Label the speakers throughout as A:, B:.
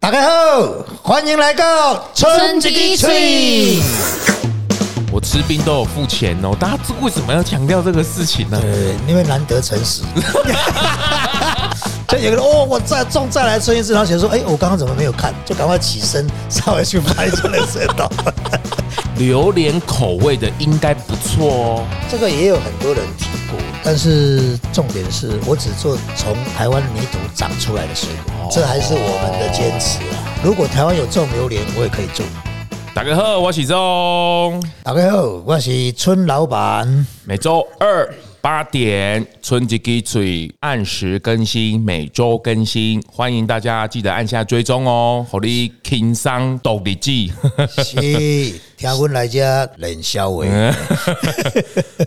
A: 大家好，欢迎来到春之翠。
B: 我吃冰都有付钱哦，大家为什么要强调这个事情呢？
A: 对，呃因为难得诚实。 就有个人哦，我再中再来吹一次，然后想说，哎、我刚刚怎么没有看？就赶快起身，稍微去拍这个声道。
B: 榴莲口味的应该不错哦。
A: 这个也有很多人提过，但是重点是我只做从台湾泥土长出来的水果，这还是我们的坚持啊。如果台湾有种榴莲，我也可以种。
B: 大家好，我是钟，
A: 大家好，我是村老板。
B: 每周二八点春季鸡嘴按时更新，每周更新，欢迎大家记得按下追踪哦。好你轻松懂日记，
A: 是，听阮来遮冷笑话，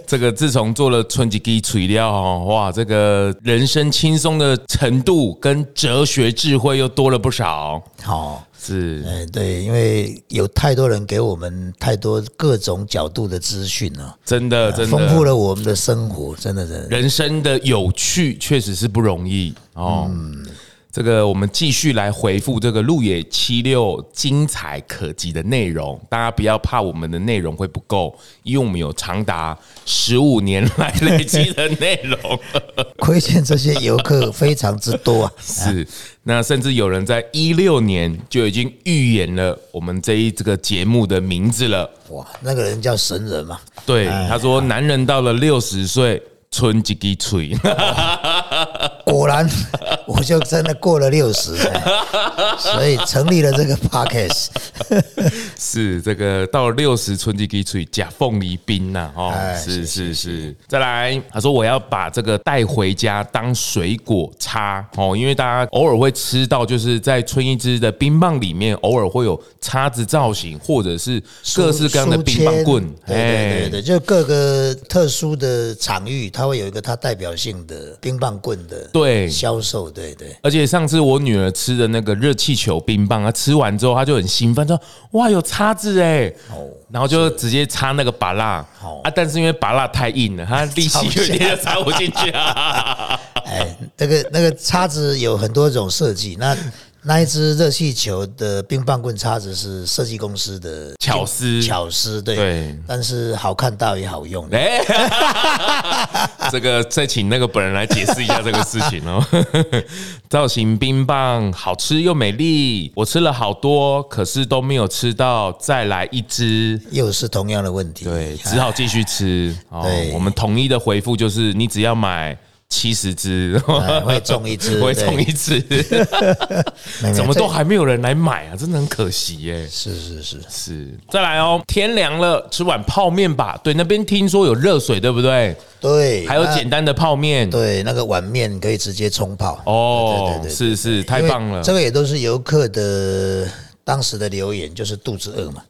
B: 这个自从做了春季鸡嘴料哦，哇，这个人生轻松的程度跟哲学智慧又多了不少，
A: 好、
B: 是。
A: 哎，对，因为有太多人给我们太多各种角度的资讯了，
B: 真的，真的
A: 哎丰富了我们的生活，真的真的。
B: 人生的有趣确实是不容易哦。
A: 嗯
B: 这个我们继续来回复这个路野七六精彩可及的内容，大家不要怕我们的内容会不够，因为我们有长达十五年来累积的内 容。
A: 亏欠这些游客非常之多啊！
B: 是，那甚至有人在一六年就已经预言了我们这一这个节目的名字了。
A: 哇，那个人叫神人嘛，
B: 对，他说男人到了六十岁，春几滴吹。
A: 果然我就真的过了六十、哎所以成立了这个 podcast。
B: 是这个到了六十春季给出假凤梨冰呐、哦，
A: 哎
B: 是是是。再来，他说我要把这个带回家当水果插哦，因为大家偶尔会吃到，就是在春一枝的冰棒里面，偶尔会有叉子造型，或者是各式各样的
A: 书
B: 冰棒棍，
A: 签对对对
B: 哎
A: 对，就各个特殊的场域，它会有一个它代表性的冰棒棍的
B: 对
A: 销售，对对。
B: 而且上次我女儿吃的那个热气球冰棒，她吃完之后她就很兴奋，说：“哇，有叉子哎！”然后就直接插那个拔蜡
A: 哦
B: 啊，但是因为拔蜡太硬了， 她力气有点插不进去 啊。
A: 哎，那个那个叉子有很多种设计，那那一只热气球的冰棒棍叉子是设计公司的
B: 巧思
A: 巧思，对，
B: 对
A: 但是好看到也好用，
B: 哎， 这个再请那个本人来解释一下这个事情哦。 造型冰棒好吃又美丽，我吃了好多，可是都没有吃到，再来一只。
A: 又是同样的问题，啊
B: 对，只好继续吃。哦
A: 对，
B: 我们统一的回复就是，你只要买七十只，
A: 哎会中一 只，
B: 会
A: 对
B: 中一，只，
A: 没没
B: 怎么
A: 这
B: 都还没有人来买啊，真的很可惜耶。
A: 是是是，
B: 是，再来哦，天凉了，吃碗泡面吧。对，那边听说有热水，对不对？
A: 对，
B: 还有
A: 那
B: 简单的泡面。
A: 对那个碗面可以直接冲泡，
B: 哦
A: 对对对，对
B: 是是，太棒
A: 因为
B: 了
A: 这。个也都是游客的当时的留言，就是肚子饿嘛。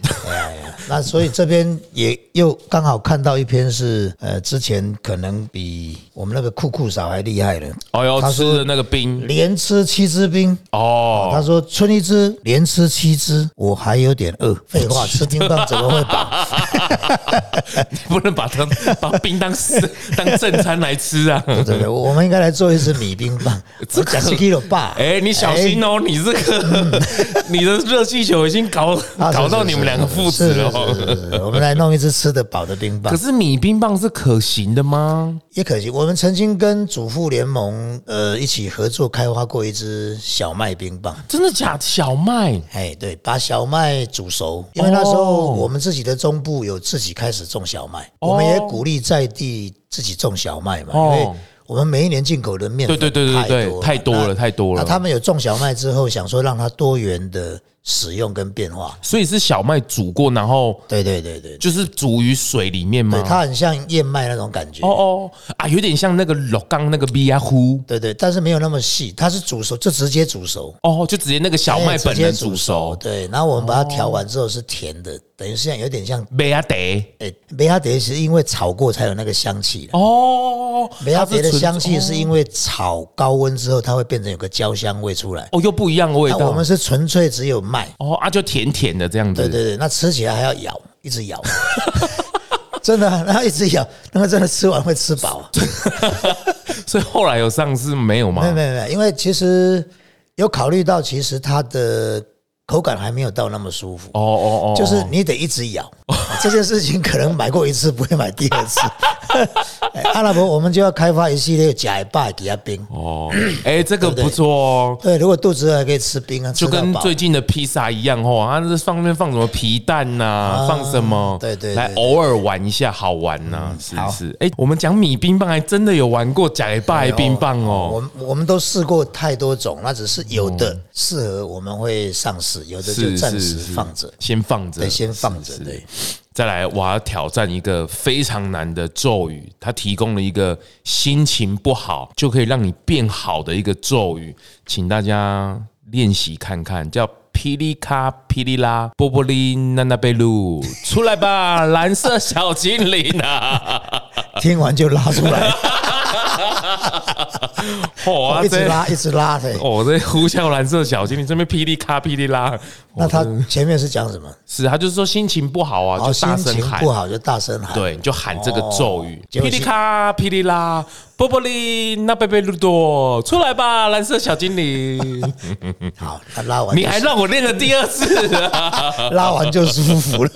A: 哎呀那所以这边也又刚好看到一篇是，呃，之前可能比我们那个酷酷嫂还厉害了，
B: 哦哟，
A: 他
B: 吃
A: 说
B: 的那个冰
A: 连吃七支冰。他
B: 哦，
A: 说：“春一支连吃七支，我还有点 饿。废话，吃冰棒怎么会饱？
B: 不能把它把冰当 当正餐来吃啊。
A: 对不对？我们应该来做一支米冰 棒。我讲是 kilo 爸，
B: 哎、你小心哦、你这个 你的热气球已经搞、
A: 哎 啊，
B: 搞到你们两个父子了、哦。
A: 是是是是是我们来弄一支吃得饱的冰棒
B: 可。是米冰棒是可行的吗？
A: 也可惜，我们曾经跟主妇联盟呃一起合作开发过一支小麦冰棒。
B: 真的假的？小麦
A: 哎，对，把小麦煮熟，因为那时
B: 哦
A: 候我们自己的中部有自己开始种小麦，我们也鼓励在地自己种小麦嘛，因
B: 哦
A: 为我们每一年进口的面粉
B: 对对对对对
A: 了
B: 太多了
A: 那
B: 太多了
A: 那他们有种小麦之后，想说让它多元的使用跟变化。
B: 所以是小麦煮过，然后
A: 对对对对，
B: 就是煮于水里面吗
A: 对，？它很像燕麦那种感觉。
B: 哦哦啊，有点像那个老缸那个米亚糊
A: 对对，但是没有那么细，它是煮熟就直接煮熟，
B: 哦，就直接那个小麦本
A: 哎
B: 人
A: 直接
B: 煮熟，
A: 对，然后我们
B: 哦
A: 把它调完之后是甜的，等于是像有点像，
B: 贝亚德
A: 诶、梅亚蝶是因为炒过才有那个香气的。
B: 哦，
A: 梅亚蝶的
B: 它是纯
A: 香气是因为炒高温之后，它会变成有个焦香味出来。
B: 哦又不一样的味
A: 那
B: 道
A: 我们是纯粹只有麦，
B: 哦啊，就甜甜的这样
A: 对
B: 子，
A: 对对，那吃起来还要咬，一 直咬，真的啊、然后一直咬，那个真的吃完会吃饱啊。
B: 所以后来有上市没有吗
A: 没有？没有没有，因为其实有考虑到其实它的口感还没有到那么舒服，
B: 哦哦哦，
A: 就是你得一直咬。 这件事情可能买过一次不会买第二次。 哎阿拉伯我们就要开发一系列假拜给它冰。
B: 哦，哎，这个不错哦，
A: 对，如果肚子饿还可以吃冰啊，
B: 就
A: 吃到
B: 跟
A: 饱
B: 最近的披萨一样哦，它这上面放什么皮蛋呐，放什么，
A: 啊对嗯对对
B: 来
A: 对
B: 偶尔玩一下，好玩呐，是不是？哎，我们讲米冰棒还真的有玩过假拜冰棒
A: 我
B: 哦，
A: 们我们都试过太多种，那只是有的适合我们会上市，有的就是暂
B: 是
A: 时
B: 是
A: 放着，
B: 先放着，
A: 对，先放
B: 是
A: 着，
B: 是
A: 对。
B: 再来，我要挑战一个非常难的咒语，它提供了一个心情不好就可以让你变好的一个咒语，请大家练习看看，叫噼里咔噼里啦波波利娜娜贝露，出来 吧，蓝色小精灵啊！
A: 听完就拉 出来，
B: 哦，啊
A: 一直
B: 这
A: 拉，一直拉，对。
B: 哦，这呼叫蓝色小精灵，这边噼里咔噼里啦，
A: 那他前面是讲什么？
B: 是他就是说心情不好啊，
A: 哦，
B: 就
A: 心
B: 大声
A: 情
B: 喊
A: 不。好就大声喊。
B: 对，你就喊这个咒语
A: 哦，
B: 噼
A: 结果
B: 里
A: 是
B: 咔噼里啦，波波利那贝贝鲁多，出来吧，蓝色小精 灵！
A: 好，他拉完就
B: 你还让我练了第二次、 啊，
A: 拉完就舒服了。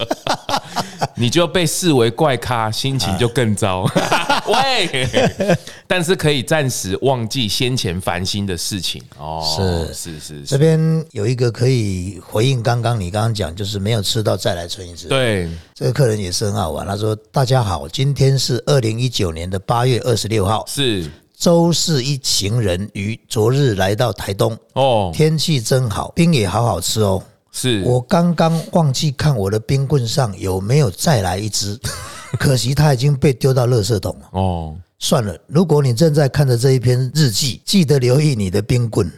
B: 你就被视为怪咖，心情就更糟。
A: 哎
B: 喂，但是可以暂时忘记先前烦心的事情哦。
A: 是
B: 是是
A: 这
B: 是，
A: 边有一个可以回应刚刚你刚刚讲，就是没有吃到再来春一次。
B: 对，
A: 这个客人也是很好玩，他说：“大家好，今天是二零一九年的八月二十六号，
B: 是
A: 周氏一行人于昨日来到台东，
B: 哦，
A: 天气真好，冰也好好吃哦。
B: 是
A: 我刚刚忘记看我的冰棍上有没有再来一只， 可惜它已经被丢到垃圾桶了。
B: 哦，
A: 算了，如果你正在看着这一篇日记，记得留意你的冰棍。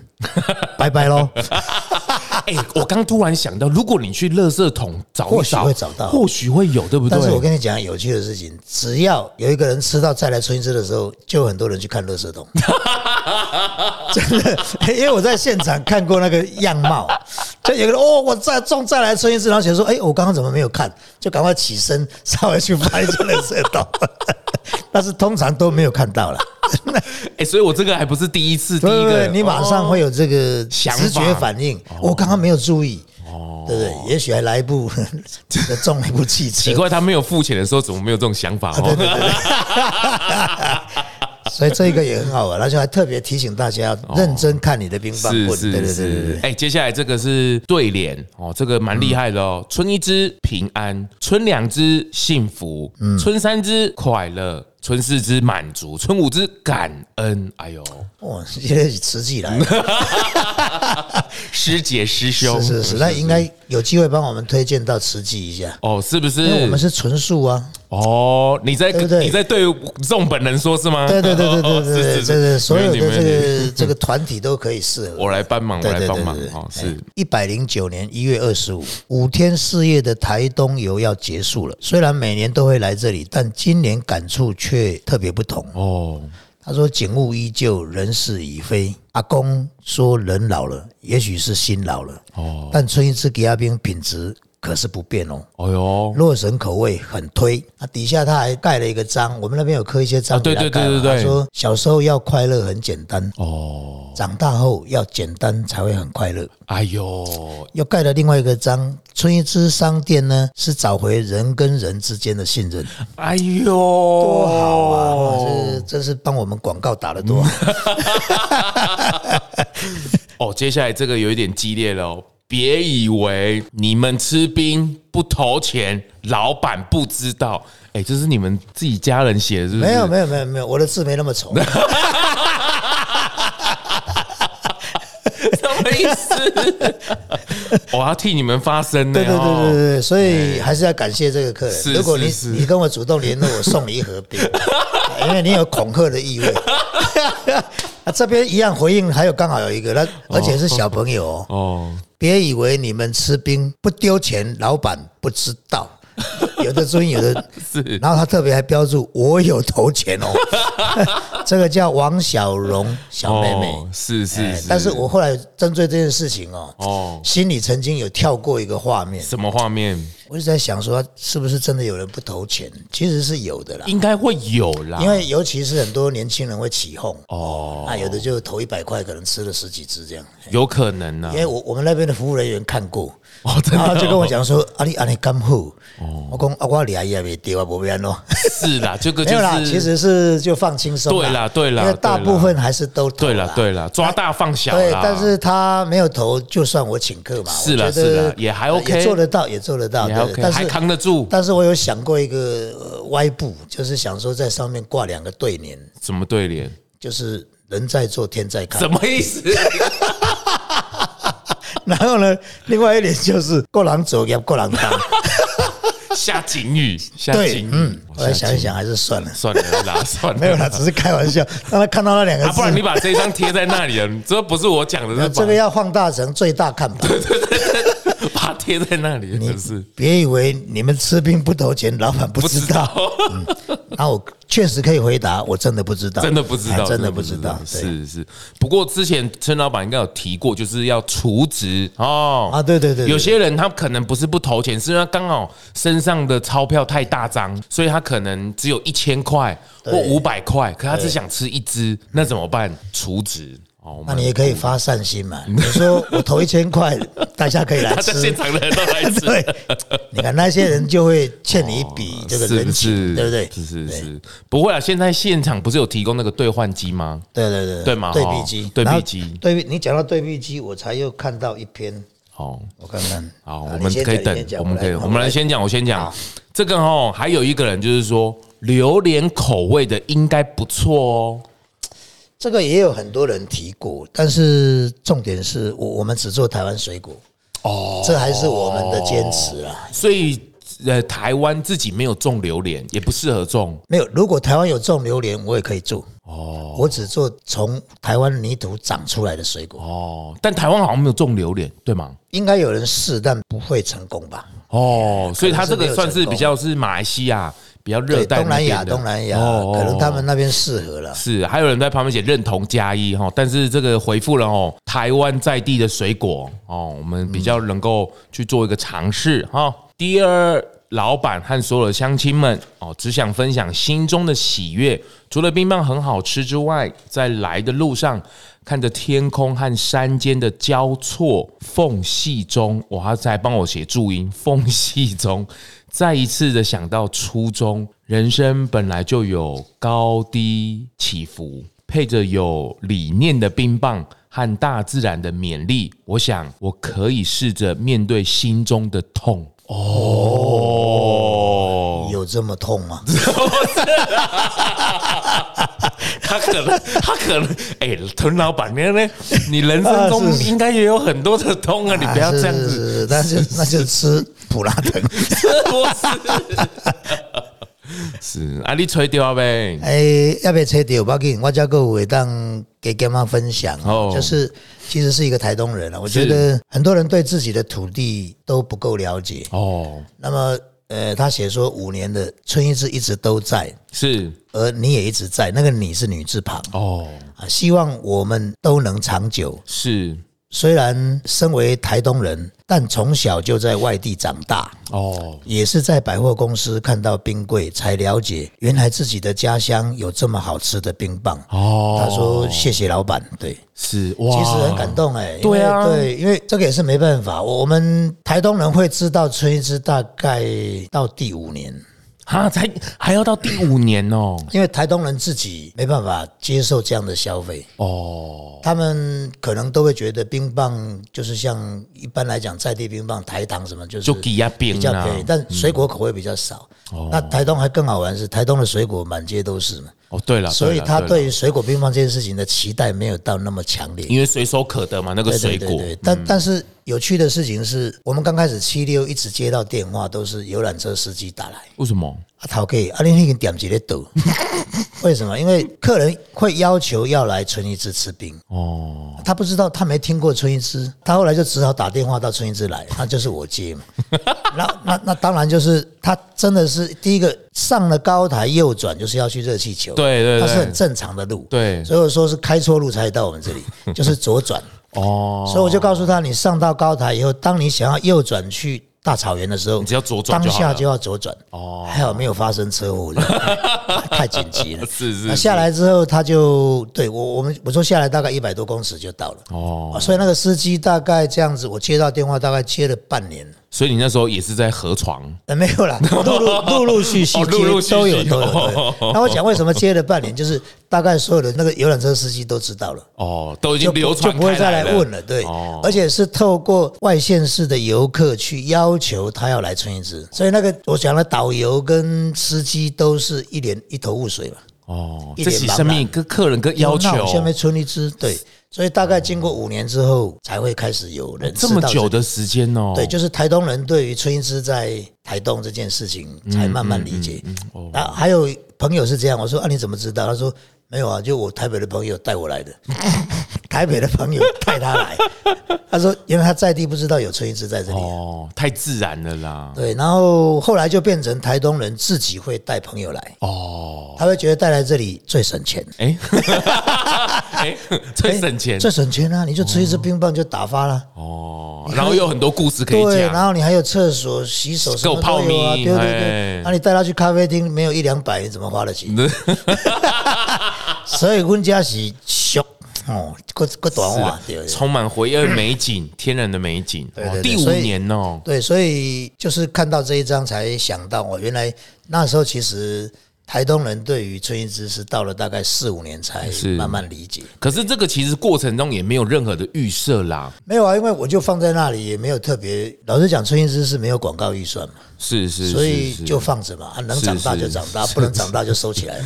A: 拜拜喽！
B: 哎、我刚突然想到，如果你去垃圾桶找一
A: 或许
B: 找，
A: 会找到
B: 或许会有，对不对？
A: 但是我跟你讲有趣的事情，只要有一个人吃到再来春一枝的时候，就有很多人去看垃圾 桶。真的，因为我在现场看过那个样貌，就有个人哦，我再中再来春一枝，然后想说，哎、我刚刚怎么没有看？就赶快起身稍微去翻一下垃圾桶， 但是通常都没有看到了。
B: 哎、所以我这个还不是第一次，第
A: 对
B: 一个
A: 对
B: 哦
A: 对，你马上会有这个
B: 想法哦
A: 直觉反应。我刚刚没有注意，对不对？也许还来一部 中了一部汽车
B: 奇，怪，他没有付钱的时候怎么没有这种想法
A: 啊对
B: 哦？
A: 对对对，所以这个也很好玩， 而且还特别提醒大家认真看你的冰棒
B: 是
A: 棍。
B: 是
A: 对对对对
B: 是
A: 对，，
B: 哎，接下来这个是对联哦，这个蛮厉害的哦。春一枝平安，春两枝幸福，
A: 嗯
B: 春三枝快乐，春四枝满足，春五枝感恩。哎呦，
A: 哇，现在慈济来了，
B: 师姐师兄
A: 是是是，那应该有机会帮我们推荐到慈济一下，
B: 哦，是不是？
A: 因为我们是纯 素啊。
B: 哦，你在
A: 对不对
B: 你在对众本人说是吗？
A: 对对对对
B: 哦
A: 对
B: 哦是
A: 对对
B: 是
A: 对对，
B: 是
A: 所
B: 没
A: 有
B: 问
A: 的
B: 题
A: 这
B: 没问题
A: 个这个团体都可以适合。
B: 我来帮忙，我
A: 对
B: 来
A: 对
B: 帮
A: 对
B: 忙
A: 对对哎
B: 哦，是。
A: 一百零九年一月二十五，五天四夜的台东游要结束了。虽然每年都会来这里，但今年感触却特别不同。
B: 哦，
A: 他说：“景物依旧，人事已非。”阿公说：“人老了，也许是心老了，
B: 哦，
A: 但春一枝给阿冰品质可是不变哦。
B: 哎呦，
A: 洛神口味很推。”啊，底下他还盖了一个章，我们那边有刻一些章、
B: 啊对对
A: 给他盖嘛
B: 对对对
A: 他说：“小时候要快乐很简单，
B: 哦，
A: 长大后要简单才会很快乐。”
B: 哎呦，
A: 又盖了另外一个章，春一枝商店呢是找回人跟人之间的信任，
B: 哎呦，
A: 多好啊！哇这这是帮我们广告打得多好。啊
B: 嗯哦，接下来这个有一点激烈了哦。别以为你们吃冰不投钱，老板不知道。哎、这是你们自己家人写的，是不是？
A: 没有没有没有没有，我的字没那 么丑。
B: 什么意 思？我要替你们发声呢。
A: 对对对对
B: 哦，
A: 对，所以还是要感谢这个客
B: 是
A: 人。如果你
B: 是是
A: 你跟我主动联络，我送你一盒 冰，哎因为你有恐吓的意味。 啊，这边一样回应，还有刚好有一个，那而且是小朋友哦。
B: 哦，
A: 别以为你们吃冰不丢钱，老板不知道。有的注音，有的
B: 哦是
A: 然后他特别还标注我有投钱 哦，这个叫王小荣小妹妹。
B: 哦是是
A: 哎
B: 是，
A: 但是我后来针对这件事情哦，
B: 哦
A: 心里曾经有跳过一个画面，
B: 什么画面
A: 我就在想说，是不是真的有人不投钱？其实是有的啦，
B: 应该会有啦，
A: 因为尤其是很多年轻人会起哄，啊
B: 哦
A: 那有的就投一百块，可能吃了十几只这样。
B: 有可能啊呢
A: 因，为我我们那边的服务人员看过，
B: 哦真
A: 然后
B: 的
A: 就跟我讲说：“啊，你啊你干好。”我讲：“啊，我俩也没丢啊，不变 咯。
B: 是 啦，这个
A: 没
B: 就
A: 有啦，
B: 是
A: 其实是就放轻松。
B: 对啦对啦
A: 因为大部分还是都投
B: 对了对了，抓大放小
A: 啊对
B: 啦，，
A: 但是他没有投，就算我请客嘛，
B: 是啦
A: 了
B: 是啦也还 OK
A: 也做得到，也做得到，
B: 你还
A: 对。
B: OK，
A: 但
B: 还
A: 是
B: 扛得住，
A: 但是我有想过一个呃歪步，就是想说在上面挂两个对联，
B: 怎么对 联？
A: 就是人在做天在看
B: 什，么意 思？
A: 然后呢，另外一联就是过狼走也过狼 当，
B: 下警语，下
A: 对
B: 警，
A: 嗯
B: 语，，
A: 后来
B: 下
A: 想
B: 警
A: 一
B: 语，
A: 想还是算了，
B: 算了 啦，算了，
A: 没有啦，只是开 玩笑。让他看到那两个
B: 啊，
A: 字
B: 不，然你把这张贴在那里了，这不是我 讲的，
A: 那
B: 是
A: 这个要放大成最大 看吧。
B: 把把它贴在那里，真的是
A: 别以为你们吃兵不投钱，老板不知道。 嗯那我确实可以回答，我真的不知道，
B: 真的不知
A: 哎
B: 道，
A: 真的不知道。对
B: 是是。不过之前陈老板应该有提过，就是要除职哦。
A: 啊，对对对，对
B: 有些人他可能不是不投钱，是因为他刚好身上的钞票太大张，所以他可能只有一千块或五百块，可他只想吃一只，那怎么办？除值哦，我
A: 那
B: 们
A: 你也可以发善心嘛。你说我投一千块，大家可以 来
B: 他在现
A: 吃。
B: 场的人都来吃。
A: 对，你看那些人就会欠你一笔这个
B: 是不
A: 人情，
B: 哦是？
A: 对不对？
B: 是是
A: 对
B: 是，不会啊！现在现场不是有提供那个兑换机吗？
A: 对对对
B: 对嘛
A: 对
B: 哦
A: 币机，
B: 对币
A: 然后
B: 机
A: 对比你讲到对币机，我才又看到一篇，
B: 哦，
A: 我看看。
B: 好，
A: 啊
B: 我
A: 你
B: 们
A: 先
B: 可以
A: 讲你
B: 等
A: 先，讲
B: 我们可以，我们来先讲，我先讲
A: 好
B: 这个哦。还有一个人就是说，榴莲口味的应该不错哦。
A: 这个也有很多人提过，但是重点是我我们只做台湾水果，哦，这还是我们的坚持啊啦。
B: 所以呃，台湾自己没有种榴莲，也不适合种
A: 没有，如果台湾有种榴莲，我也可以做。哦，我只做从台湾泥土长出来的水果，
B: 哦。但台湾好像没有种榴莲，对吗？
A: 应该有人试，但不会成功吧？
B: 哦，所以它这
A: 可
B: 个
A: 能是没有
B: 算是
A: 成功
B: 比较是马来西亚比较热
A: 对，
B: 带
A: 东南
B: 那
A: 亚，
B: 边的
A: 东南亚，
B: 哦
A: 可能他
B: 哦
A: 们那边适合了。
B: 是，还有人在旁边写认同加一哈，但是这个回复了哦，台湾在地的水果哦，我们比较能够去做一个尝试哈。第二，老板和所有的乡亲们哦，只想分享心中的喜悦。除了冰棒很好吃之外，在来的路上，看着天空和山间的交错缝隙中，哇，他在帮我写注音缝隙中，再一次的想到初衷，人生本来就有高低起伏，配着有理念的冰棒和大自然的勉励，我想我可以试着面对心中的痛。哦，
A: 有这么痛啊吗？
B: 他可能，他可能，哎、屯老板，你呢？你人生中
A: 啊是是
B: 应该也有很多的痛啊，你不要这样
A: 啊
B: 子。
A: 是是是那就 那就吃普拉腾。
B: 是啊，你吹掉呗。
A: 哎，要不要吹掉？不要紧，我家购会当给干妈分享
B: 哦
A: 哦。就是其实是一个台东人了、啊我觉得很多人对自己的土地都不够了解。
B: 哦，
A: 那么，呃，他写说五年的春一枝一直都在，
B: 是
A: 而你也一直在，那个你是女字旁
B: 哦，
A: 啊。希望我们都能长久。
B: 是
A: 虽然身为台东人，但从小就在外地长大，
B: 哦，
A: 也是在百货公司看到冰柜，才了解原来自己的家乡有这么好吃的冰棒。
B: 哦，
A: 他说谢谢老板，对，
B: 是哇，
A: 其实很感动哎、因为
B: 对啊
A: 对，因为这个也是没办法，我我们台东人会知道春一枝大概到第五年，
B: 啊，才还要到第五年哦，
A: 因为台东人自己没办法接受这样的消费，
B: 哦，
A: 他们可能都会觉得冰棒就是像一般来讲在地冰棒、台糖什么就是
B: 就给压
A: 比
B: 扁
A: 较
B: 啦
A: 便宜，，但水果口味比较少。那台东还更好玩是，台东的水果满街都是嘛，
B: 哦，对了，
A: 所以
B: 啦
A: 他
B: 啦
A: 对于水果冰棒这件事情的期待没有到那么强烈。
B: 因为随手可得嘛，那个
A: 对
B: 水
A: 对
B: 果嗯
A: 对对，但但是有趣的事情是我们刚开始七六一直接到电话都是游览车司机打来，
B: 为什么？
A: 啊，头家，啊，你已经点一个 豆，为什么？因为客人会要求要来春一枝吃冰，
B: 哦，
A: 他不知道，他没听过春一枝，他后来就只好打电话到春一枝来，那就是 我接嘛。那那那当然就是他真的是第一个上了高台右转就是要去热气球，
B: 对对对
A: 它是很正常的路，
B: 对
A: 所以我说是开错路才到我们这里， 就是左转。
B: 哦，
A: 所以我就告诉他，你上到高台以后，当你想要右转去大草原的时候，
B: 你只要左转就
A: 当
B: 好
A: 下
B: 了
A: 就要左转。
B: 哦
A: 哦，还好没有发生车祸， 太紧急 了。
B: 是是
A: 那下来之后，他就对我我们我说下来大概一百多公尺就到了。
B: 哦，
A: 所以那个司机大概这样子，我接到电话大概接了半年，
B: 所以你那时候也是在河床，
A: 呃，没 有啦，陆陆陆陆续续
B: 哦
A: 接
B: 陆陆续续
A: 都有都有。
B: 哦
A: 都有那我讲为什么接了半年，就是大概所有的那个游览车司机都知道了。
B: 哦，都已经
A: 就
B: 流
A: 不就
B: 传
A: 不会
B: 开
A: 再
B: 来
A: 来问了，对
B: 哦，
A: 而且是透过外县市的游客去要求他要来春一枝，所以那个我讲了，导游跟司机都是一脸一头雾水嘛，
B: 哦，
A: 一
B: 这
A: 脸
B: 起
A: 茫
B: 生
A: 然
B: 命跟客人跟要
A: 那我
B: 求
A: 下面春一枝，对，所以大概经过五年之后才会开始有人
B: 哦这么
A: 知道
B: 久，的时间哦，
A: 对，就是台东人对于春一枝在台东这件事情才慢慢理
B: 嗯
A: 解。
B: 哦
A: 然后啊还有朋友是这样，我说啊你怎么知道？他说没有啊，就我台北的朋友带我 来的。台北的朋友带他来，他说因为他在地不知道有春一枝在这里、啊
B: 哦，太自然了啦，
A: 对，然后后来就变成台东人自己会带朋友来，
B: 哦，
A: 他会觉得带来这里最省钱，
B: 哎，哎， 最省钱
A: 最省钱啊！你就吃一支冰棒就打发了。
B: 哦，然后有很多故事可以
A: 对，然
B: 讲，
A: 后你还有厕所、洗手什么
B: 够泡哎
A: 都有啊，
B: 米
A: 对对
B: 哎
A: 对。那、你带他去咖啡厅，没有一两百，你怎么花得起？所以阮家是俗哦，各各短
B: 是
A: 话
B: 啊
A: 对对
B: 充满回忆的美景，天然的美景。
A: 对
B: 哦
A: 对对
B: 第五
A: 所以
B: 年哦，
A: 对，所以就是看到这一章才想到，哦我原来那时候其实台东人对于春一枝是到了大概四五年才
B: 是
A: 慢慢理解。
B: 可是这个其实过程中也没有任何的预设啦，
A: 没有啊，因为我就放在那里，也没有特别。老实讲，春一枝是没有广告预算嘛，
B: 是是，
A: 所
B: 是
A: 以
B: 是
A: 就放着嘛，啊，能
B: 是
A: 长大
B: 是
A: 就长 大，不能长大就收起来，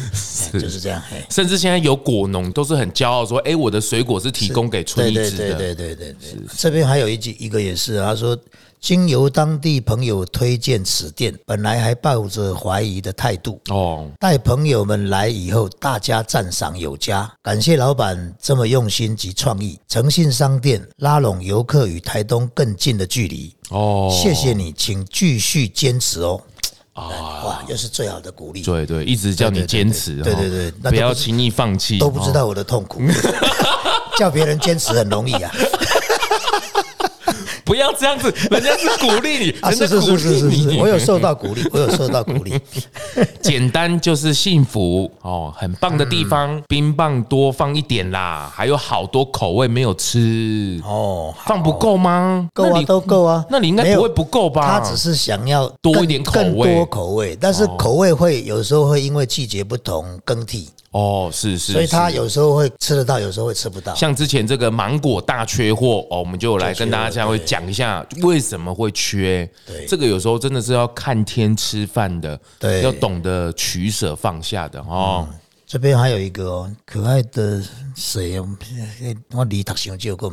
A: 哎就是这样。嘿
B: 甚至现在有果农都是很骄傲说：“哎、我的水果是提供给春
A: 对
B: 一
A: 对
B: 枝
A: 对
B: 的。
A: 对对对对，这边还有一句一个也是啊，他说经由当地朋友推荐此店，本来还抱着怀疑的态度，
B: 哦，
A: 带朋友们来以后，大家赞赏有加，感谢老板这么用心及创意，诚信商店拉拢游客与台东更近的距离。
B: 哦，
A: 谢谢你，请继续坚持哦。
B: 啊，
A: 哇，又是最好的鼓励，
B: 对对，一直叫你坚持，
A: 对对对
B: 哦
A: 对对
B: 不
A: 那都不
B: 要
A: 知
B: 轻易放弃，
A: 都不知
B: 哦。
A: 道我的痛 苦，叫别人坚持很容易啊。
B: 不要这样子，人家是鼓励你，
A: 啊，
B: 人家
A: 是是
B: 鼓
A: 是是是
B: 励
A: 是，
B: 你。
A: 我有受到鼓励， 我有受到鼓励。
B: 简单就是幸福哦，很棒的地方，冰棒多放一点啦，还有好多口味没有吃，
A: 哦，
B: 放不够吗？
A: 够
B: 那
A: 啊，
B: 你
A: 都够啊。
B: 那你应该
A: 没有
B: 不会不够吧
A: 他只是想要
B: 多
A: 更
B: 一点口
A: 更
B: 味哦
A: 多口味，但是口味会有时候会因为季节不同更替，
B: 哦，是是，
A: 所以
B: 是
A: 他有时候会吃得到，有时候会吃不到。
B: 像之前这个芒果大缺货哦，我们就来跟大家会
A: 对
B: 讲一下为什么会缺。
A: 对
B: 这个有时候真的是要看天吃饭的，
A: 对嗯
B: 要懂得取舍放下的哦。
A: 这边还有一个哦，可爱的谁哦，我离他熊就够。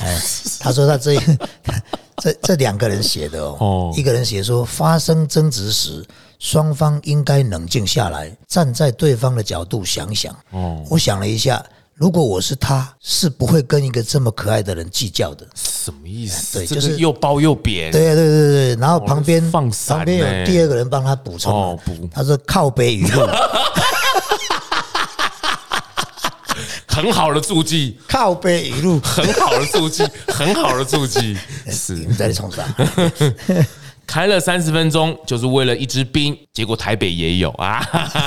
A: 哎，他说他这 这这两个人写的哦，
B: 哦
A: 一个人写说发生争执时，双方应该冷静下来，站在对方的角度想想。
B: 哦
A: 哦，我想了一下，如果我是他，是不会跟一个这么可爱的人计较的。
B: 什么意思？
A: 对
B: 这
A: 就
B: 个
A: 是
B: 又包又扁。
A: 对对对对，然后旁边、
B: 放闪
A: 旁边
B: 欸
A: 有第二个人帮他补充了，
B: 哦补
A: 他说靠背语录，
B: 很好的注记，
A: 靠背语录，
B: 很好的注记，很好的注记。 是
A: 你们在冲啥？
B: 开了三十分钟，就是为了一支冰，结果台北也有啊，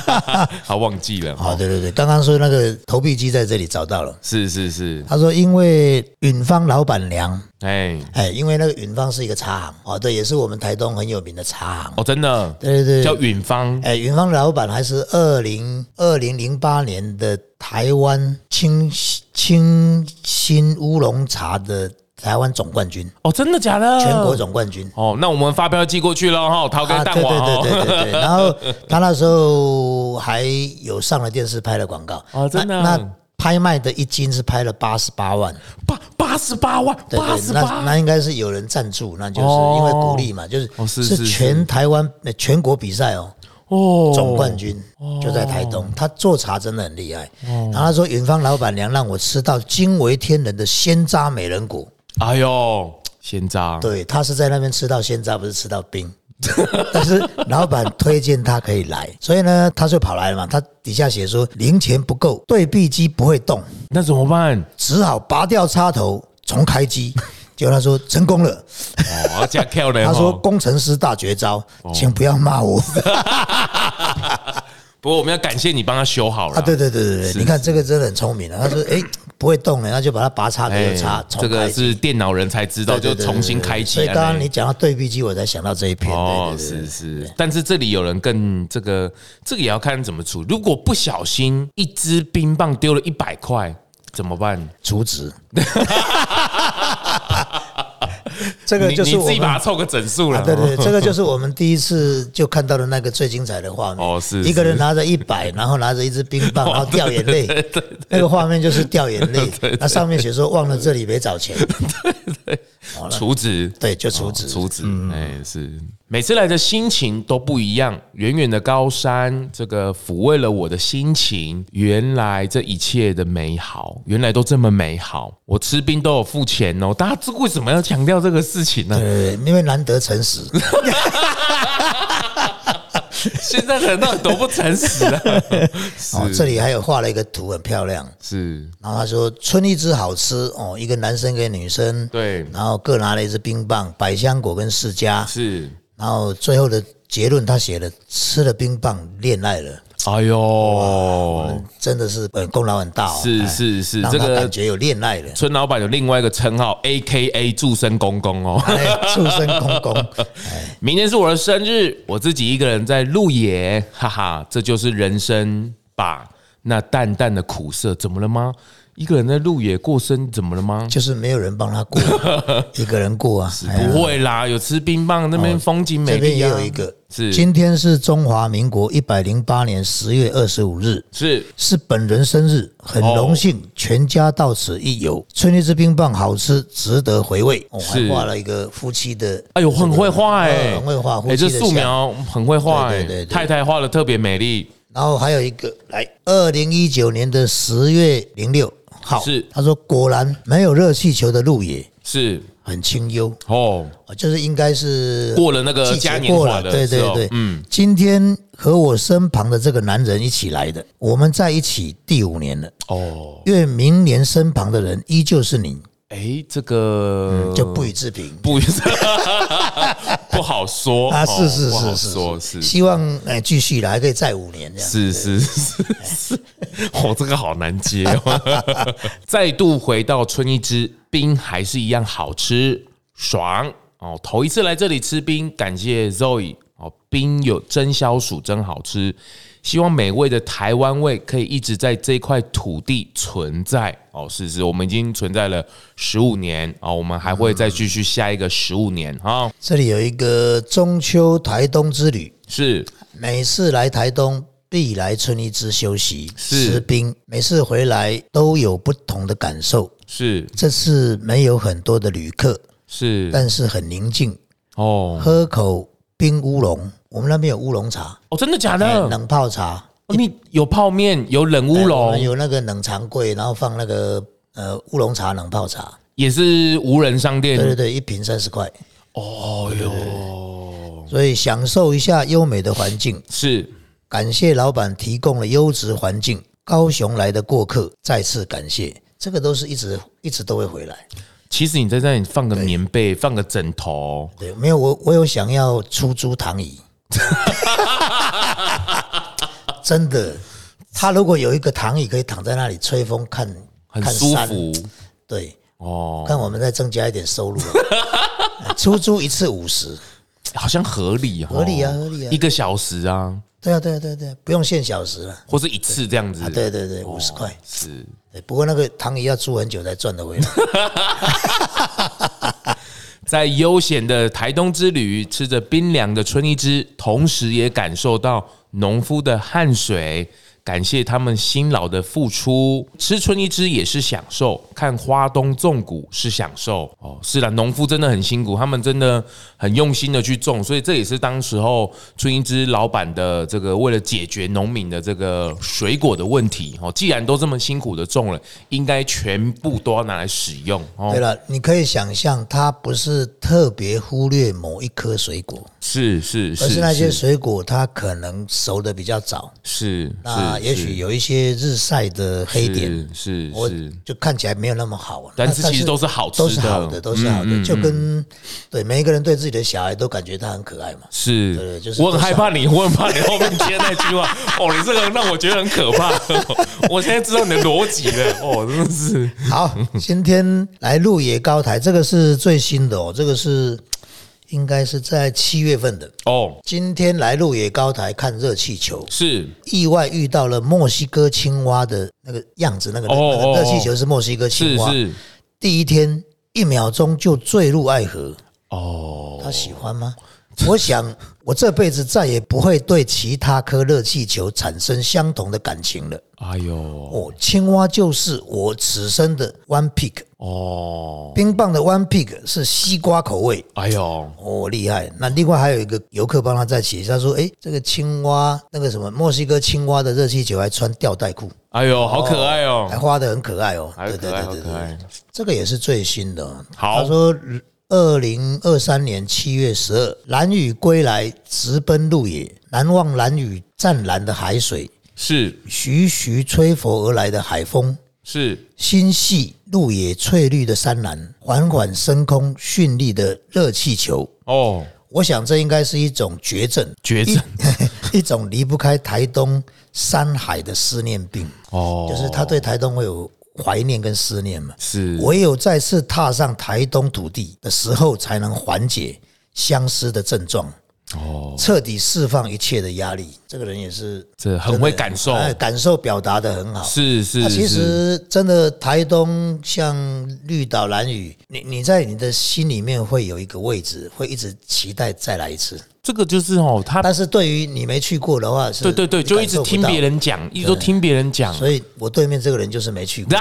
B: 好忘记了。
A: 哦，对对对，刚刚说那个投币机在这里找到了。
B: 是是是，
A: 他说，因为允芳老板娘，
B: 哎，
A: 哎，因为那个允芳是一个茶行，哦，对，也是我们台东很有名的茶行。
B: 哦，真的
A: 对对
B: 叫
A: 对，
B: 允芳
A: 哎，允芳老板还是二零二零零八年的台湾清清新乌龙茶的台湾总冠军，
B: 哦，真的假的？
A: 全国总冠军。
B: 哦，那我们发票寄过去了哈，桃跟
A: 啊，
B: 蛋
A: 对对
B: 黄哦。
A: 对对对对，然后他那时候还有上了电视拍了广告
B: 哦真的啊
A: 那那拍卖的一斤是拍了八十八万，
B: 八八十八万，
A: 对
B: 八
A: 对，
B: 十
A: 那
B: 八，
A: 那应该是有人赞助，那就是
B: 哦
A: 因为鼓励嘛，就是、
B: 哦是是是
A: 全台湾呃全国比赛哦，
B: 哦，
A: 总冠军就在台东，他做茶真的很厉害。
B: 哦
A: 然后他说，远方老板娘让我吃到惊为天人的鲜榨美人果，
B: 哎呦，先扎，
A: 对他是在那边吃到鲜榨，不是吃到冰。 但是老板推荐他可以来，所以呢，他就跑来了嘛。他底下写说零钱不够，对币机不会动，
B: 那怎么办？
A: 只好拔掉插头重开机。结果他说成功了，
B: 哦，加 Q 嘞，
A: 他说
B: 吼
A: 工程师大绝招，
B: 哦
A: 请不要 骂我
B: 不过我们要感谢你帮他修好了
A: 啊！对对对对对，你看这个真的很聪明啊。他 说哎不会动了，那就把它拔插头
B: 哎
A: 又插，重
B: 这个
A: 开机。
B: 是电脑人才知道，就
A: 对对对
B: 重新开机
A: 所以
B: 啊。
A: 刚刚
B: 那
A: 你讲到对比机，我才想到这一篇。
B: 哦，
A: 对对对
B: 是是，但是这里有人更这个，这个也要看怎么处理。如果不小心一支冰棒丢了一百块，怎么办？
A: 除值。 这个
B: 你
A: 就是
B: 你
A: 我
B: 自己把它
A: 们。
B: 凑个整数
A: 啊，
B: 了。
A: 对对，对这个 就是我们第一次就看到的那个最精彩的画面。
B: 哦是
A: 一个人
B: 是哦
A: 拿着一百，然后拿着一支冰 棒，然后掉眼泪
B: 对对对，
A: 那个画面就是掉眼 泪。那上面写说忘了这里没找钱，
B: 除值
A: 对，就除值。
B: 厨子，哦哎、是每次来的心情都不一样。远远的高山，这个抚慰了我的心情。原来这一切的美好，原来都这么美好。我吃冰都有付钱哦，大家这为什么要强调这个事情呢？
A: 呃，因为难得诚实，
B: 现在人到底多不诚实啊！
A: 哦，
B: 是
A: 这里还有画了一个图，很漂亮。
B: 是，
A: 然后他说春荔枝好吃哦，一个男生跟女生，
B: 对，
A: 然后各拿了一支冰棒，百香果跟释迦，
B: 是，
A: 然后最后的结论他写了，吃了冰棒恋爱了，
B: 哎呦，
A: 真的是呃功劳很大哦，
B: 是
A: 哎
B: 是是，
A: 让
B: 这
A: 他
B: 个。
A: 感觉有恋爱了
B: 村老板有另外一个称号，A K A 助生公公哦。
A: 哎，畜生公公，
B: 明天是我的生日，我自己一个人在路野，哈哈，这就是人生吧。那淡淡的苦涩，怎么了吗？一个人在路野过生，怎么了吗？
A: 就是没有人帮他过， 一个人过啊。哎呀哦
B: 不会啦，有吃冰棒，那边风景美
A: 这边
B: 丽
A: 也
B: 啊。
A: 有一个，
B: 是
A: 今天是中华民国一百零八年十月二十五日，
B: 是，
A: 是本人生日，很荣
B: 哦
A: 幸全家到此一游。春荔枝冰棒好吃，值得回味。我、
B: 是
A: 还画了一个夫妻的，
B: 哎呦，很会画哎、
A: 呃很会画夫
B: 哎，
A: 妻
B: 这
A: 的
B: 素
A: 像。
B: 描很会画哎、
A: 对对对对
B: 太太画的特别美丽。
A: 然后还有一个，来，二零一九年的十月零六号，
B: 是
A: 他说果然没有热气球的路野
B: 是
A: 很清幽，
B: 哦，
A: 呃就是应该是
B: 过了那个
A: 季节
B: 嘉年
A: 过
B: 华
A: 了，
B: 的
A: 对对
B: 时候
A: 对，
B: 嗯，
A: 今天和我身旁的这个男人一起来的，我们在一起第五年了，
B: 哦，
A: 愿明年身旁的人依旧是你，
B: 哎、这个、
A: 嗯就不予置评。
B: 不 不好说
A: 啊，是是
B: 哦不好
A: 是
B: 说
A: 是
B: 是
A: 是，希望哎继续来，还可以再五年这样。
B: 是是是是， 哦，这个好难接哦。 再度回到春一枝冰，还是一样好吃爽哦。头一次来这里吃冰，感谢 Zoe 哦，冰有真消暑，真好吃。希望美味的台湾味可以一直在这块土地存在哦。是是，我们已经存在了十五年哦，我们还会再继续下一个十五年哈、哦。
A: 这里有一个中秋台东之旅，
B: 是
A: 每次来台东必来春一枝休息
B: 是
A: 吃冰，每次回来都有不同的感受。
B: 是
A: 这次没有很多的旅客，
B: 是
A: 但是很宁静，
B: 哦
A: 喝口冰乌龙。我们那边有乌龙茶、
B: 哦，真的假
A: 哎
B: 的？
A: 冷泡茶、
B: 哦你有泡面，有冷乌
A: 哎我们
B: 龙，
A: 有那个冷藏柜，然后放那个呃乌龙茶、冷泡茶。
B: 也是无人商店。
A: 对对对，一瓶三十块，
B: 嗯哦哟，
A: 所以享受一下优美的环境。
B: 是
A: 感谢老板提供了优质环境，高雄来的过客再次感谢。这个都是一直一直都会回来。
B: 其实你在那里放个棉被，放个枕头，
A: 对，没有我我有想要出租躺椅， 真的。他如果有一个躺椅可以躺在那里吹风看，
B: 很
A: 看
B: 舒
A: 山
B: 服
A: 对，
B: 哦，
A: 看我们再增加一点收入 啊。出租一次五十，
B: 好像合理哦，
A: 合理啊合理啊
B: 一个小时啊，
A: 对啊对啊对啊对啊，不用限小时了。
B: 或是一哦次这样子
A: 啊，，对对对，五十块。
B: 是
A: 对，不过那个躺椅要租很久才赚得回来。
B: 在悠闲的台东之旅，吃着冰凉的春一枝，同时也感受到农夫的汗水，感谢他们辛劳的付出。吃春一枝也是享受，看花东纵谷是享受。哦，是啦，农夫真的很辛苦，他们真的很用心的去种，所以这也是当时候春一枝老板的这个为了解决农民的这个水果的问题。哦，既然都这么辛苦的种了，应该全部都要拿来使用。哦
A: 对，了，你可以想象，它不是特别忽略某一颗水果，
B: 是是
A: 而
B: 是，
A: 是那些水果它可能熟的比较早，
B: 是是
A: 那也许有一些日晒的黑点，
B: 是是
A: 我
B: 是，
A: 就看起来没有那么好。啊
B: 但
A: 那
B: 是其实都是好吃的嗯
A: 都是好的，都是好的。就跟对每一个人对自己的小孩都感觉他很可爱嘛。
B: 是，
A: 对就是
B: 我很害怕你，我很怕你后面接那句话。哦，你这个让我觉得很可怕。 我现在知道你的逻辑了。哦，真的是
A: 好，今天来鹿野高台，这个是最新的哦，这个是应该是在七月份的。
B: 哦，
A: 今天来鹿野高台看热气球，
B: 是
A: 意外遇到了墨西哥青蛙的那个样子，那个
B: 哦哦
A: 那个热
B: 哦
A: 气球是墨西哥青
B: 是
A: 蛙。
B: 是，
A: 第一天一秒钟就坠入爱河，
B: 哦，
A: 他喜欢吗？我想，我这辈子再也不会对其他颗热气球产生相同的感情了。
B: 哎呦，
A: 哦，青蛙就是我此生的 one pick，
B: 哦，
A: 冰棒的 one pick 是西瓜口味。
B: 哎呦，
A: 哦，厉害！那另外还有一个游客帮他在写，他说：“诶，这个青蛙，那个什么墨西哥青蛙的热气球还穿吊带裤，
B: 哎呦，好可爱
A: 还
B: 哦，
A: 画的很可爱哦。”
B: 好
A: 对对
B: 可爱，
A: 对
B: 好
A: 对
B: 可
A: 对，
B: 爱。
A: 这个也是最新的。
B: 好
A: 他说二零二三年七月十二，蓝雨归来，直奔鹿野，难忘蓝雨湛蓝的海水，
B: 是
A: 徐徐吹拂而来的海风，
B: 是，
A: 心系鹿野翠绿的山岚，缓缓升空绚丽的热气球。
B: 哦，
A: 我想这应该是一种绝症，
B: 绝症，
A: 一种离不开台东山海的思念病，
B: 哦，
A: 就是他对台东会有怀念跟思念嘛。
B: 是，
A: 唯有再次踏上台东土地的时候，才能缓解相思的症状，
B: 哦，
A: 彻底释放一切的压力。这个人也是
B: 这很会感受，
A: 哎感受表达的很好。
B: 是是
A: 那啊
B: 是，
A: 其实真的台东像绿岛、蓝屿，你你在你的心里面会有一个位置，会一直期待再来一次。
B: 这个就是哦，他
A: 但是对于你没去过的话，是
B: 对对对，
A: 你
B: 就一直
A: 感受不
B: 听
A: 到
B: 别。人讲，一直都听别人讲。
A: 所以我对面这个人就是没 去过，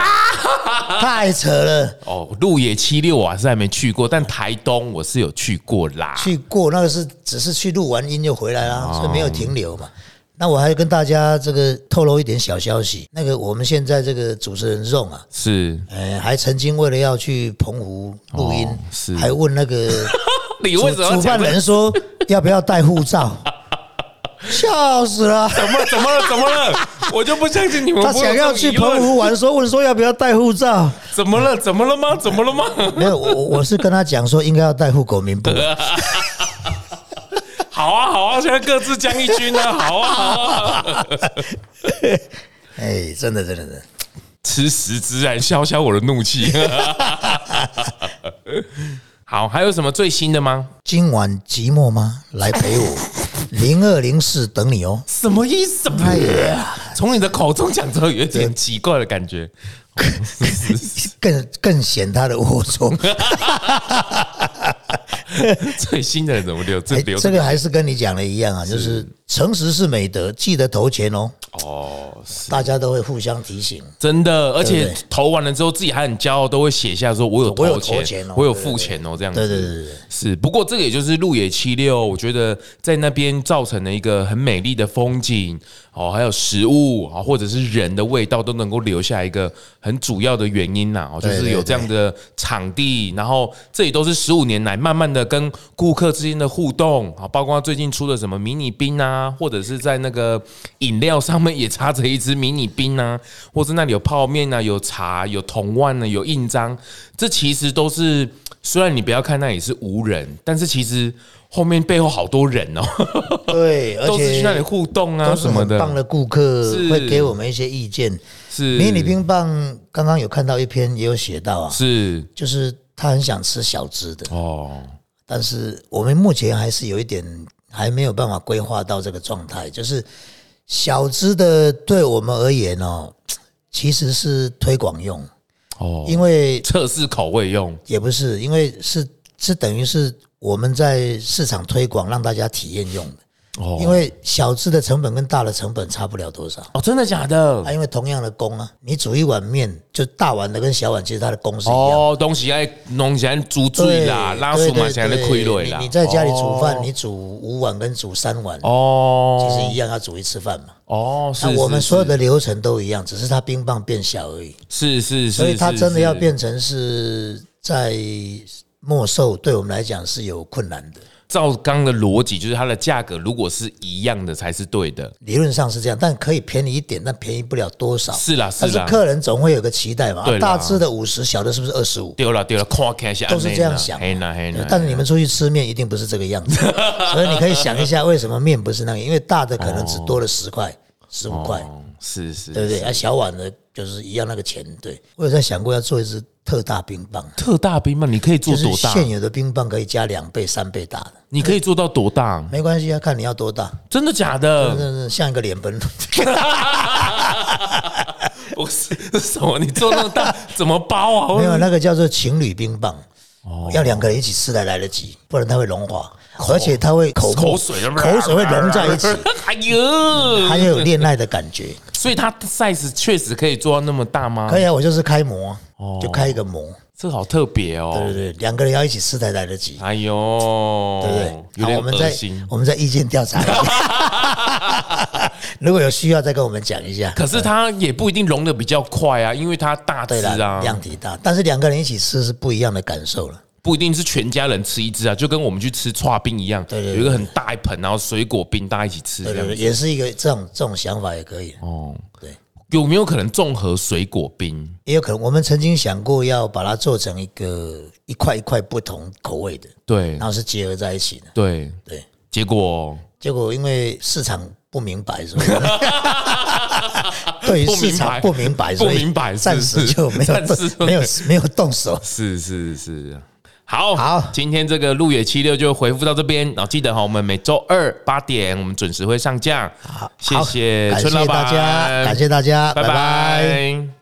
A: 太扯了。
B: 哦，鹿野七六我还是还没去过，但台东我是有去过啦。
A: 去过那个是只是去录完音就回来
B: 哦
A: 啦，所以没有停留嘛。那我还跟大家这个透露一点小消息，那个我们现在这个主持人 z o n 啊，
B: 是
A: 呃，还曾经为了要去澎湖录音，
B: 哦是
A: 还问那个
B: 你
A: 主
B: 为什么要
A: 主办
B: 讲这
A: 人说要不要带 护照，笑死了。
B: 怎么怎么了怎么了？我就不相信你们
A: 他
B: 会有
A: 想
B: 这
A: 要
B: 种
A: 去
B: 疑问
A: 澎，湖玩，说问说要不要带 护照，
B: 怎么了怎么了吗？怎么了吗？
A: 没有，我我我是跟他讲说应该要带户口名簿，
B: 啊好啊好啊，现在各自将一军 啊，好啊好啊，
A: 哎，真的真的真的。
B: 吃食之然消消我的怒气。 好，还有什么最新的吗？
A: 今晚寂寞吗？来 陪我，零二零四等你哦。
B: 什么意思？
A: 哎呀，
B: 从你的口中讲之后，有一点奇怪的感觉。是是是
A: 更更显他的龌 龊。
B: 最新的人怎么留？这
A: 哎，
B: 留
A: 这个还是跟你讲的一样啊，就是诚实是美德，记得投钱哦。
B: 哦，是
A: 大家都会互相提醒。
B: 真的，而
A: 对
B: 且
A: 不对
B: 投完了之后，自己还很骄傲，都会写下说：“我有
A: 我有投
B: 钱
A: 钱哦，
B: 我有
A: 对
B: 付钱哦。”这样
A: 对对
B: 子
A: 对 对对，
B: 是。不过这个也就是路野七六，我觉得在那边造成了一个很美丽的风景哦，还有食物啊，或者是人的味道，都能够留下一个很主要的原因呐。哦，就
A: 对
B: 是
A: 对
B: 有这样的场地，然后这也都是十五年来慢慢的跟顾客之间的互动啊，包括最近出的什么迷你冰啊，或者是在那个饮料上面也插着一支迷你冰啊，或是那里有泡面啊，有茶，有铜腕呢、有印章，这其实都是虽然你不要看那里是无人，但是其实后面背后好多人哦，
A: 对，而
B: 都是去那里
A: 且
B: 互动啊
A: 都是
B: 什么
A: 很棒
B: 的，
A: 的顾客
B: 是
A: 会给我们一些意见。
B: 是
A: 迷你冰棒刚刚有看到一篇也有写到啊，
B: 是
A: 就是他很想吃小只的，
B: 哦，
A: 但是我们目前还是有一点还没有办法规划到这个状态，就是小资的对我们而言哦，其实是推广用，
B: 哦
A: 因为
B: 测试口味用
A: 也不是，因为是是等于是我们在市场推广让大家体验用的，
B: 哦
A: 因为小吃的成本跟大的成本差不了多少。
B: 哦，真的假的
A: 啊，？因为同样的工啊，你煮一碗面，就大碗的跟小碗，其实它的工是一样的。
B: 哦，东西爱弄起来煮
A: 对
B: 醉啦，拉出嘛起来的亏累
A: 你
B: 啦。
A: 你在家里煮饭
B: 哦，
A: 你煮五碗跟煮三碗，
B: 哦，
A: 其实一样要煮一次饭嘛。
B: 哦，是
A: 那我们
B: 是
A: 所有的流程都一样，只是它冰棒变小而已。
B: 是是是，
A: 所以它
B: 是
A: 真的要
B: 是
A: 变成是在末售，对我们来讲是有困难的。
B: 照刚的逻辑，就是它的价格如果是一样的才是对的。
A: 理论上是这样，但可以便宜一点，但便宜不了多少。
B: 是啦是
A: 但是
B: 啦，
A: 客人总会有个期待嘛，
B: 对
A: 啊
B: 啦
A: 大致的五十，小的是不是二十五？
B: 丢了丢了，看开下
A: 都是这样想
B: 黑呢黑呢，
A: 但是你们出去吃面一定不是这 个样子，所以你可以想一下为什么面不是那个，因为大的可能只多了十块、十五块，
B: 哦是是，
A: 对不对？啊，小碗的就是一样那个钱，对。我有在想过要做一只特大冰棒，
B: 特大冰棒你可以做
A: 就是
B: 多大？
A: 现有的冰棒可以加两倍、三倍大的，
B: 你可以做到多大？
A: 没关系啊，看你要多大，
B: 真的假
A: 真
B: 的？
A: 的是像一个脸盆。
B: 哦 不是这是什么？你做那么 大怎么包啊？
A: 没有，那个叫做情侣冰棒，
B: 哦
A: 要两个人一起吃才来得及，不然它会融化，而且它会口沫
B: 口水
A: 口水会融在一起，。
B: 哎呦，
A: 还有恋爱的感觉。
B: 所以它 size 确实可以做到那么大吗
A: 可？以啊，我就是开模，就开一个模，
B: 这好特别
A: 对
B: 哦
A: 不。对？两个人要一起吃才来得及，
B: 哎呦，
A: 对不对？
B: 有
A: 好，
B: 点
A: 我们
B: 恶
A: 再
B: 心。
A: 我们再意见 调查一下，如果有需要再跟我们讲一下。
B: 可是它也不一定融的比较快啊，因为它大只
A: 对啦，
B: 啊，
A: 量体大，但是两个人一起吃是不一样的感受了。
B: 不一定是全家人吃一只啊，就跟我们去吃刨冰一样，
A: 对对
B: 有一个很大一盆，然后水果冰大家一起吃
A: 对
B: 这
A: 对对，
B: 样。
A: 也是一个这种这种想法也可以，
B: 哦，
A: 对。
B: 有没有可能综合水果冰？
A: 也有可能，我们曾经想过要把它做成一个一块一块不同口味的，
B: 对
A: 然后是结合在一起的。
B: 对，
A: 对，
B: 结果
A: 结果因为市场不明 白，所以对于市场不明白，
B: 不
A: 所以
B: 明白
A: 暂时就没有
B: 是是暂时
A: 没有没有 动手。
B: 是是是。好
A: 好
B: 今天这个路野七六就回复到这边，然后记得哈，我们每周二八点我们准时会上架。好谢
A: 好
B: 谢哎
A: 感谢
B: 春老板，
A: 大家，感谢大家，
B: 拜
A: 拜拜
B: 拜